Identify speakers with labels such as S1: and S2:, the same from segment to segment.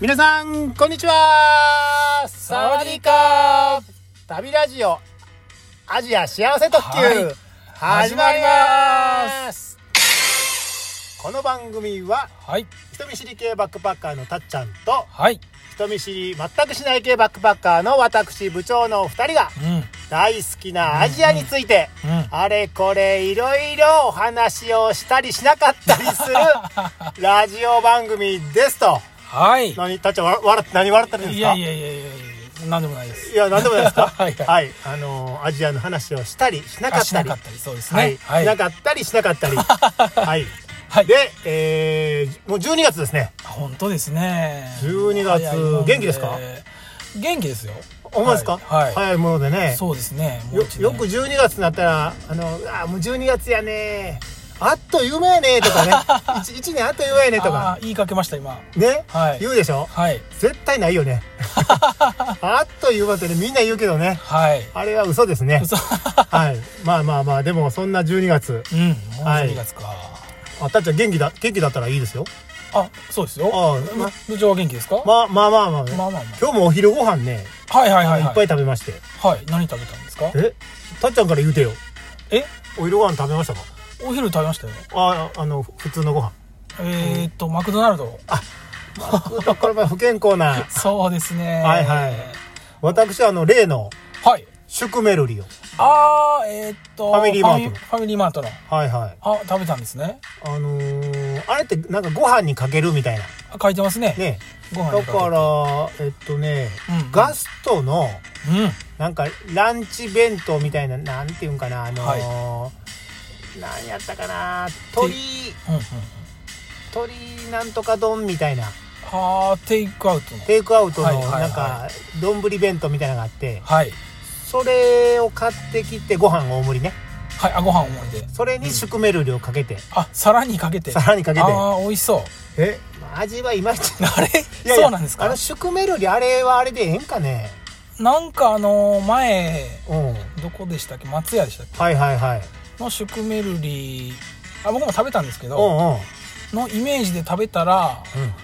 S1: 皆さんこんにちはサワディーカー旅ラジオアジア幸せ特急、
S2: はい
S1: 始まりますこの番組は
S2: はい
S1: 人見知り系バックパッカーのたっちゃんと
S2: はい
S1: 人見知り全くしない系バックパッカーの私部長のお二人が
S2: うんうん
S1: 大好きなアジアについ て、あれこれいろいろお話をしたりしなかったりするラジオ番組ですと
S2: はいい
S1: 何たっちゃんわ笑って何笑ってるんですか
S2: やいやいやいやなんでもないです
S1: いや、なんでもないですか。
S2: はいはい
S1: あのーアジアの話をしたり、しなか
S2: あ
S1: っ
S2: したな
S1: り。
S2: かったりそうです
S1: はい、
S2: ねは
S1: し
S2: い
S1: なかったり、しなかった り。はい。
S2: はい
S1: で、えー、もう12月ですね。
S2: 本当ですね
S1: 12月
S2: 早いもん
S1: 元気ですか
S2: 元気ですよ
S1: ほんまですか、
S2: はいは
S1: 早いもので
S2: い
S1: ね。
S2: そうですねもう
S1: よ
S2: 一年
S1: よく12月になったら、あの、あーもう12月やねあっという間やねと かね。1, 年あっという間やねと
S2: あ
S1: か。
S2: ー言いかけました今
S1: ね、
S2: はい
S1: 言うでしょ
S2: はい
S1: 絶対ないよ ね。あっという間ってね、みんな言うけどね。
S2: はい
S1: あれは嘘ですね。
S2: 嘘
S1: はい。まあまあまあ、でもそんな12月。
S2: うんもう
S1: はい
S2: 12月か
S1: あ、たっちゃん元気だ、元気だったらいいですよ。
S2: あそうですよ
S1: あーま
S2: 部部長は元気ですか
S1: まあまあまあまあ、ね
S2: まあまあま
S1: 今日もお昼ご飯ね、
S2: あはいはいはいい
S1: っぱ
S2: はい
S1: 食べまして。
S2: はい何食べたんですか
S1: えたっちゃんから言うてよ。
S2: え
S1: お昼ご飯食べましたか
S2: お昼食べましたよ
S1: あ、あの、普通のご飯。
S2: えーっとマクドナルド
S1: これは不健康な。
S2: そうですね。
S1: はいはい私はあの、例の、
S2: はい。
S1: 宿メルリを。
S2: あー、えーっと、
S1: ファミリーマートの
S2: ファミファミリーマートの。
S1: はいはい。
S2: あ、食べたんですね。
S1: あのー、あれってなんかご飯にかけるみたいな。
S2: あ書いてますね。
S1: ね。
S2: ご飯
S1: だ
S2: にかけて
S1: から、えっとね、
S2: うん
S1: ガストの、
S2: うん。
S1: なんかランチ弁当みたいななんていうんかなあのーなんやったかな鳥
S2: うんうん。
S1: 鳥なんとか丼みたいな
S2: あー、テイクアウトの。
S1: テイクアウトの
S2: はいはいはい
S1: なんか丼弁当みたいなのがあって
S2: はい。
S1: それを買ってきてご飯大盛りね
S2: はい、あ、ご飯思いで。
S1: それにシュクメルリをかけて、
S2: あ、皿にかけて。
S1: 皿にかけて
S2: あー、美味しそう。
S1: えまあ味はいま いち
S2: あれ
S1: いやいや
S2: そうなんです
S1: あ
S2: か
S1: のシュクメルリあれはあれでええんかね
S2: なんかあのー、前、
S1: うん
S2: どこでしたっけ松屋でしたっ
S1: はいはいはい
S2: けのシュクメルリー。あ、僕も食べたんですけ
S1: うんう
S2: ど、
S1: ん、
S2: のイメージで食べたら、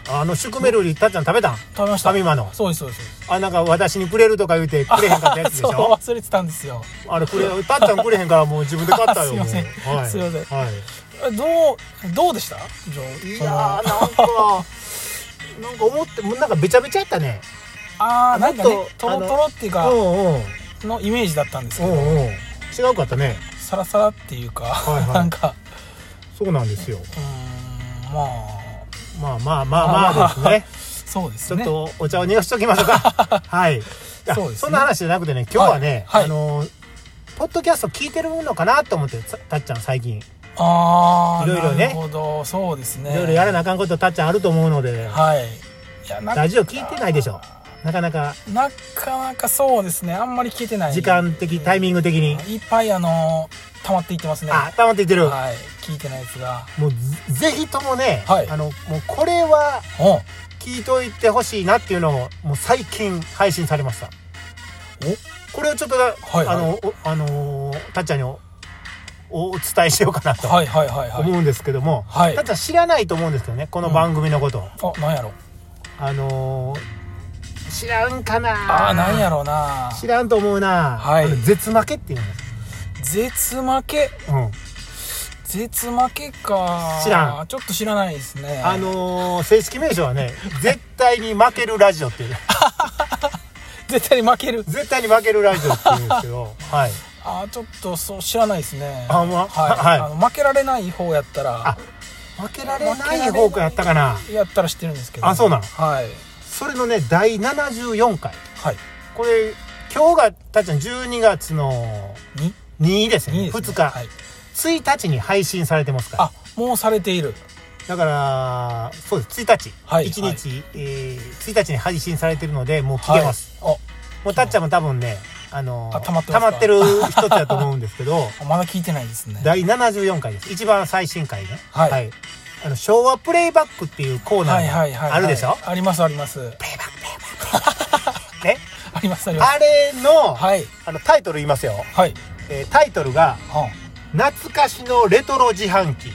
S1: うん、あのシュクメルリたっちゃん食べたん
S2: 食べました。
S1: ファミマの
S2: そうです、そうですそうです。
S1: あなんか私にくれるとか言うてくれへんかったやつでし
S2: そう
S1: ょ
S2: 忘れてたんですよ
S1: あれくれたっちゃんくれへんからもう自分で買 ったよ
S2: すいません
S1: もうはい
S2: すいません
S1: はい
S2: えどうどうでしたじゃあ
S1: い
S2: そ
S1: やー
S2: の
S1: なんかなんか思ってもうなんかべちゃべちゃやったね
S2: あーなんか
S1: もっ
S2: ね
S1: と
S2: ト
S1: あの
S2: ロトロっていう
S1: う
S2: か
S1: んうん
S2: のイメージだったんです
S1: う
S2: けど
S1: んうん違うかったね
S2: サラサラっていうか、
S1: はいはい
S2: なんか
S1: そうなんですよ
S2: うーんまあ
S1: まあまあまあまあですね
S2: そうです
S1: ちょっ
S2: ね
S1: とお茶を逃がしときまし ょうかはいいや
S2: そうですね
S1: そんな話じゃなくてね今日はね、
S2: はいはい
S1: あのーポッドキャスト聞いてるのかなと思ってさたっちゃん最近い
S2: ああ
S1: いろいろね
S2: なるほどそうですね
S1: ろいろやらなあかんことたっちゃんあると思うので
S2: はいいやな
S1: ラジオ聞いてないでしょなかなか
S2: なかなかそうですねあんまり聞いてない
S1: 時間的タイミング的に
S2: いっぱいあの溜まっていってますね
S1: あ頭っていってる
S2: はい聞いてないやつが
S1: もうぜぜひともね、
S2: はい
S1: あのもうこれは
S2: お
S1: 聞いといてほしいなっていうのをもう最近配信されましたこれをちょっとだ、
S2: はい
S1: あのおあのーたっちゃんにおおお伝えしようかなと
S2: おはいはいはいはい
S1: 思うんですけども、
S2: はい
S1: たっちゃん知らないと思うんですけどねこの番組のこと、
S2: あなんやろ
S1: あのー知らんかな
S2: あーなんやろうな
S1: 知らんと思うな、
S2: はい
S1: あの絶負けっていうんです、
S2: 絶負け
S1: うん、
S2: 絶負けか
S1: 知ら
S2: んちょっと知らないですね
S1: あのー正式名称は ね絶対に負けるラジオっていう
S2: 絶対に負ける
S1: 絶対に負けるラジオって言うんですけど、 はい。
S2: あーちょっとそう知らないですね
S1: あまは
S2: はいい、あの負けられない方やった
S1: あ
S2: ら
S1: 負けられない方向やったかな。
S2: やったら知ってるんですけど
S1: あそうなの
S2: はい
S1: それのね、第74回。
S2: はい
S1: これ、今日が、たっちゃん12月の
S2: に
S1: 2ですね。
S2: にですね
S1: 2日、
S2: はい、
S1: 1日に配信されてますから。
S2: あもうされている
S1: だから、そうです。1日。
S2: はい
S1: 1
S2: はい
S1: 日、えー1日に配信されてるので、もう聞けます。、
S2: はい
S1: もうたっちゃんも多分ね、あのー
S2: あ溜まって
S1: 溜
S2: ますか
S1: まってる一つだと思うんですけ ど、
S2: あまだ聞いてないですね
S1: 第74回です一番最新回ね
S2: はい
S1: あの昭和プレイバックっていうコーナ
S2: はいは
S1: ー
S2: いはいはい
S1: があるでしょ、
S2: ありますあります
S1: プレイバックプレイバックね
S2: ありますあります
S1: あれの,、
S2: はい
S1: あのタイトル言いますよ、
S2: はい、
S1: えータイトルが
S2: う
S1: 「懐かしのレトロ自販機
S2: ん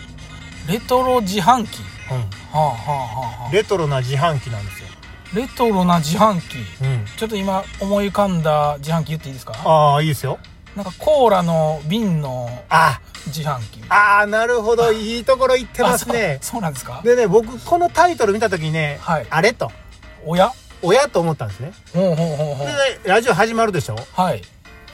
S2: レトロ自販機」はあはあはあはあ
S1: レトロな自販機なんですよ
S2: レトロな自販機
S1: うん。
S2: ちょっと今思い浮かんだ自販機言っていいですか
S1: ああ、いいですよ。
S2: なんかコーラの瓶の
S1: あ
S2: 自販機
S1: ああ、なるほど。いいところ行ってますね
S2: あ。そうそうなんですか
S1: でね、僕、このタイトル見たときにね、
S2: はい
S1: あれと、
S2: 親
S1: 親と思ったんですね。
S2: ほうほうほうほう
S1: で、ラジオ始まるでしょ
S2: はい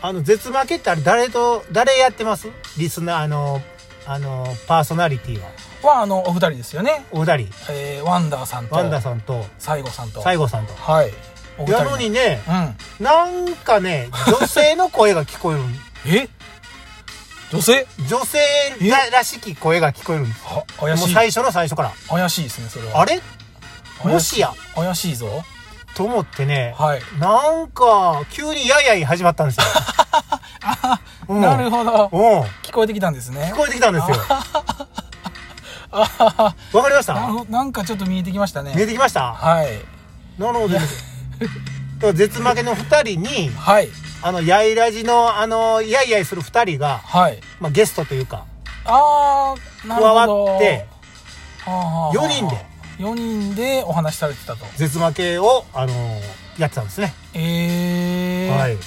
S1: あの、絶負けってあれ誰と、誰やってますリスナー、あの、あの、パーソナリティは。
S2: はあのお二人ですよね、
S1: お二人。
S2: えー、ワンダーさんと
S1: ワンダさんと、
S2: 西郷さんと
S1: 西郷さんと。
S2: はいお
S1: やのにね、
S2: うん
S1: なんかね、女性の声が聞こえるん。
S2: え女性
S1: 女性ららしき声が聞こえるんです。
S2: は
S1: も
S2: 怪
S1: う
S2: しい
S1: 最初の最初から。
S2: 怪しいですねそれは
S1: あれもしや
S2: 怪しいぞ
S1: と思ってね、
S2: はい
S1: なんか、急にやいやい始まったんです よ。うん
S2: なるほど
S1: うん。
S2: 聞こえてきたんですね
S1: 聞こえてきたんですよ。
S2: あはは
S1: わかりまし
S2: なる
S1: た
S2: ほどなんかちょっと見えてきました
S1: 見え
S2: ね
S1: てきました
S2: はい
S1: なるほどです。だから絶負けの二人に、
S2: はい
S1: あの、やいラジの、あの、やいやいする二人が、
S2: はい
S1: まあ、ゲストというか、
S2: ああなるほど
S1: 加わって
S2: はあはあはあ
S1: 四人で
S2: 四人でお話しされてたと
S1: 絶負けを、あの、やってたんですね。
S2: ええー、
S1: はい。
S2: あ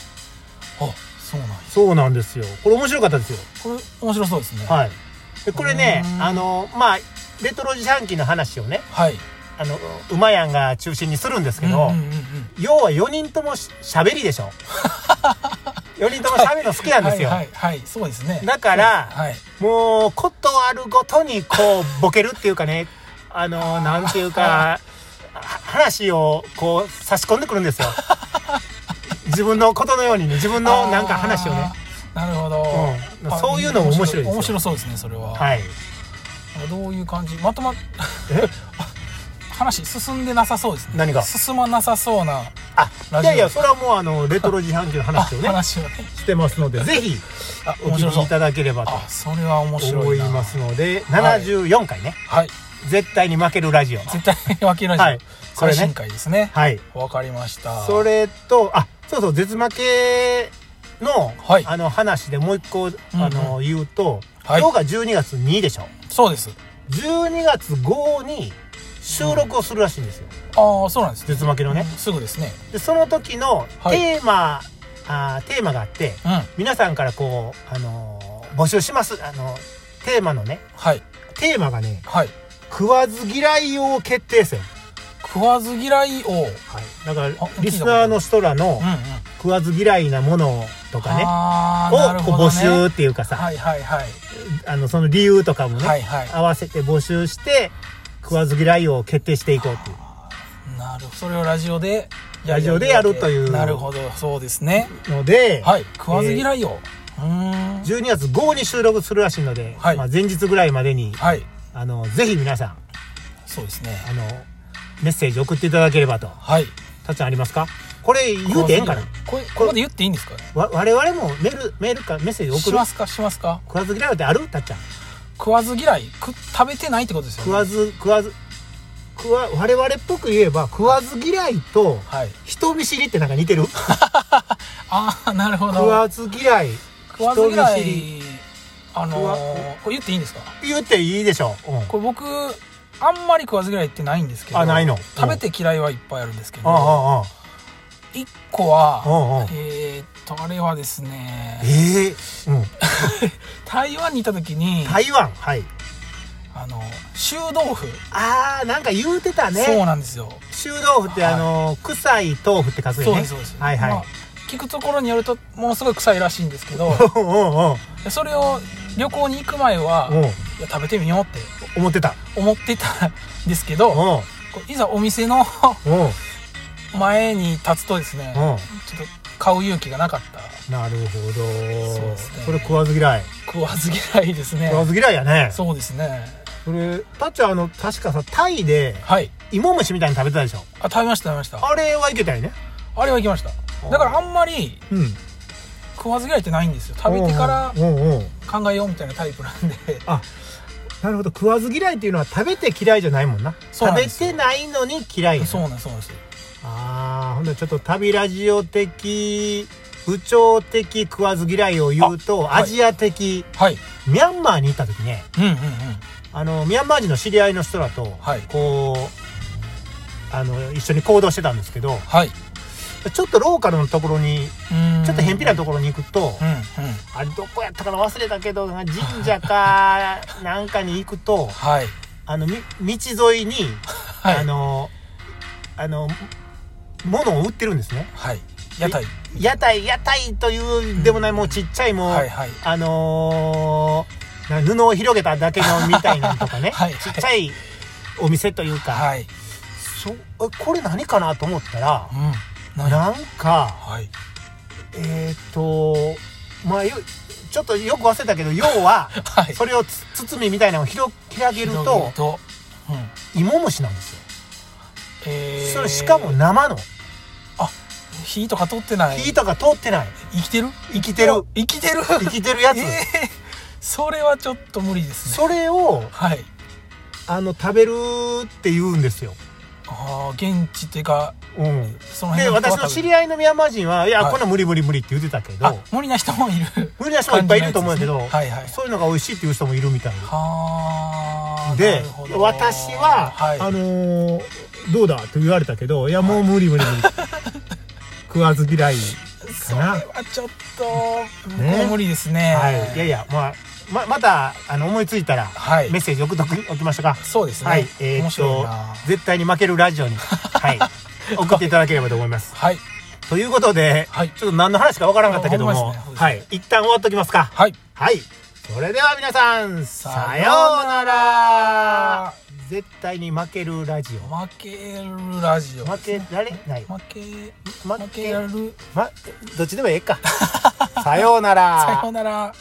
S2: そうなんや
S1: そうなんですよ。これ面白かったですよ。
S2: これ面白そうですね
S1: はい。でこれね
S2: う、ん
S1: あの、まあ、レトロ自販機の話をね、
S2: はい
S1: あの、馬やんが中心にするんですけど、
S2: うんうんうんうん
S1: 要は4人ともしゃべりでし ょ。4人ともしゃべるの好きなんですよ。
S2: はいはい、はい、そうですね
S1: だから
S2: はい
S1: もう、ことあるごとに、こう、ボケるっていうかね、あの、なんていうか、は話を、こう、差し込んでくるんです よ。自分のことのようにね、自分のなんか話をね。
S2: あーなるほど、
S1: うん
S2: あ
S1: そういうのも面白いですよ
S2: 面白そうですねそれは、
S1: はい。
S2: どういう感じまとまっ
S1: え
S2: 話進んでなさそうですね
S1: 何が
S2: 進まなさそうな
S1: あ、
S2: ラ
S1: い
S2: ジオ
S1: やいや、それはもう、あの、レトロ自販機の
S2: あ
S1: 話をね、
S2: 話をね
S1: してますので、ぜひ、
S2: あ
S1: お
S2: 面
S1: 聞
S2: 白そ
S1: き
S2: う
S1: いただければと
S2: あそれは面白
S1: 思
S2: い
S1: い
S2: な
S1: ますので、
S2: はい
S1: 74回ね、
S2: はい
S1: 絶対に負けるラジオ。
S2: 絶対分けない
S1: はいこれ
S2: 最
S1: ね
S2: 新回ですね
S1: はい。
S2: わかりました
S1: それと、あ、そうそう、絶負けの、
S2: はい
S1: あの話でもう一個、あの、言うと、
S2: はい
S1: 今日が12月2でしょ。
S2: そうです
S1: 12月5に収録をするらしいんですよ。
S2: ああそうなんです
S1: 絶負けのね。
S2: すぐですね
S1: で、その時の
S2: はい
S1: テーマ、あーテーマがあって、
S2: うん
S1: 皆さんからこう、あのー募集します。あのテーマのね、
S2: はい
S1: テーマがね、
S2: はい
S1: 食わず嫌い王決定戦。
S2: 食わず嫌いをうんうん
S1: はい。だから
S2: あ、
S1: リスナーの人らの食わず嫌いなものとかね、
S2: ああな
S1: を
S2: る
S1: こう
S2: ほ
S1: 募
S2: どね
S1: 集っていうかさ、
S2: はいはいはい
S1: あの、その理由とかもね、
S2: はいはい
S1: 合わせて募集して、食わず嫌いを決定していこうっていう。
S2: なるほどそれをラジオで
S1: ラジオでやるという
S2: なるほどそうですね
S1: ので、
S2: はい食わず嫌いよ、うーん
S1: 12月5に収録するらしいので、
S2: はい
S1: まあ前日ぐらいまでに、
S2: はい
S1: あの、ぜひ皆さん、
S2: そうですね
S1: あの、メッセージ送っていただければと。
S2: はい
S1: たっちゃんありますかこれ言うてええんかな
S2: これここで言っていいんですか
S1: わ我々もメール、メールかメッセージ送
S2: し
S1: る
S2: ま。すかしますか
S1: 食わず嫌いってあるたっちゃん。
S2: 食わず嫌いく食べてないってことですよ、ね、
S1: 食わず、食わず、食わ、我々っぽく言えば、食わず嫌いと、
S2: はい
S1: 人見知りってなんか似てる
S2: ああなるほど
S1: 食わず嫌い。
S2: 食わず嫌
S1: 人見知り
S2: いあ
S1: 食わ
S2: のー、これ言っていいんですか
S1: 言っていいでしょ。うん
S2: これ僕あんまり食わず嫌いってないんですけど
S1: あないの
S2: 食べて嫌いはいっぱいあるんですけ
S1: うんうん
S2: ど
S1: うん。
S2: 一個は
S1: うんうん
S2: えー、っとあれはですね
S1: ええうん。
S2: 台湾にいた時に
S1: 台湾。はい。
S2: あの臭豆腐、
S1: あー、なんか言うてた
S2: そう
S1: ね。
S2: なんですよ、
S1: 臭豆腐って、
S2: はい
S1: あの、臭い豆腐って書く
S2: そ
S1: よ
S2: う
S1: ね。
S2: ですそうです、
S1: はいはい。
S2: まあ聞くところによるとものすごい臭いらしいんですけど
S1: うんうんうん。
S2: それを旅行に行く前は、
S1: うん
S2: いや食べてみようって
S1: 思ってた。
S2: 思ってたんですけど、
S1: うん。
S2: こういざお店の
S1: うん。
S2: 前に立つとですね、
S1: うん。
S2: ちょっと買う勇気がなかった
S1: なるほど。
S2: そ
S1: そう
S2: ですね
S1: れ食わず嫌い。
S2: 食わず嫌いですね
S1: 食わず嫌いやね。そ
S2: そうですね
S1: れ、たっちゃん、あの、確かさ、タイで、
S2: はい
S1: 芋虫みたいに食べてたでしょ。
S2: あ食べました食べましたあ
S1: あれはいけたよね。
S2: れは行きましただからあんまり
S1: うん。
S2: 食わず嫌いってないんですよ食べてから
S1: うんうんうん。
S2: 考えようみたいなタイプなんで
S1: あ、なるほど。食わず嫌いっていうのは食べて嫌いじゃないもんな。
S2: そうなん
S1: 食べ
S2: ですよ
S1: てないのに嫌いやね。
S2: そうなんそうなんですよ
S1: ああ、ほんでちょっと旅ラジオ的、部長的食わず嫌いを言うと、
S2: あはい
S1: アジア的、
S2: はい
S1: ミャンマーに行った時ね、
S2: うんうんうん
S1: あの、ミャンマー人の知り合いの人らと、
S2: はい
S1: こう、あの一緒に行動してたんですけど
S2: はい
S1: ちょっとローカルのところにちょっと偏僻な
S2: と
S1: ところに行くと
S2: うんうん
S1: あれどこやったかな忘れたけど神社 かなんかに行くと
S2: はい
S1: あのみ道沿いに
S2: はい
S1: あのあの物を売ってるんですね。
S2: はい屋台
S1: 屋台屋台というでもないもうちっちゃいもう
S2: はいはい
S1: あのーな布を広げただけのみたいなのとかね
S2: はい
S1: ちっちゃいお店というか、
S2: はい
S1: そえこれ何かなと思ったら
S2: うん何
S1: なんか
S2: はい
S1: えっ、とまあよちょっとよく忘れたけど要 は
S2: はい
S1: それをつ包みみたいなのを広開けると
S2: とうん
S1: 芋虫なんですよ。
S2: えー
S1: それしかも生の
S2: 火とか通ってない
S1: 火とか通ってない
S2: 生きてる
S1: 生きてる
S2: 生きてる
S1: 生きてるやつ
S2: え。ーそれはちょっと無理ですね
S1: それを
S2: はい
S1: あの食べるって言うんですよ。
S2: ああ現地っていうか
S1: うん、
S2: その
S1: で
S2: 辺
S1: 私の知り合いのミャンマー人はいや、
S2: はい
S1: こんなん無理無理無理って言ってたけ
S2: あ
S1: ど
S2: 無理な人もいる
S1: 無理な人もいっぱいいると思うんやけど、
S2: 感じのやつですねはいはい
S1: そういうのが美味しいっていう人もいるみたい
S2: はあな
S1: で
S2: るほど
S1: 私は、
S2: はい、
S1: あのーどうだと言われたけどいやもう無理無理 無理食わず嫌い
S2: そ
S1: かな、
S2: れ
S1: は
S2: はちょっと、
S1: ね
S2: もう無理ですね
S1: い、いやいや、まあ、ままたあの思いついたら、
S2: はい
S1: メッセージ送っとくおきましたか
S2: そうですね、
S1: はいえー
S2: 面
S1: っ
S2: 白い
S1: と
S2: な
S1: 絶対に負けるラジオに、 はい、送っていただければと思います
S2: はい
S1: ということで、
S2: はい
S1: ちょっと何の話かわからなかったけど
S2: ほん
S1: も、
S2: まですねほんま
S1: は
S2: です
S1: い一旦終わっときますか
S2: はい
S1: はい。それでは皆さん、さようなら絶対に負けるラジオ。
S2: 負けるラジオ
S1: 負けられない。
S2: 負け
S1: 負
S2: 負
S1: け
S2: け、る
S1: ま、どっちでもええか。さようなら
S2: さようなら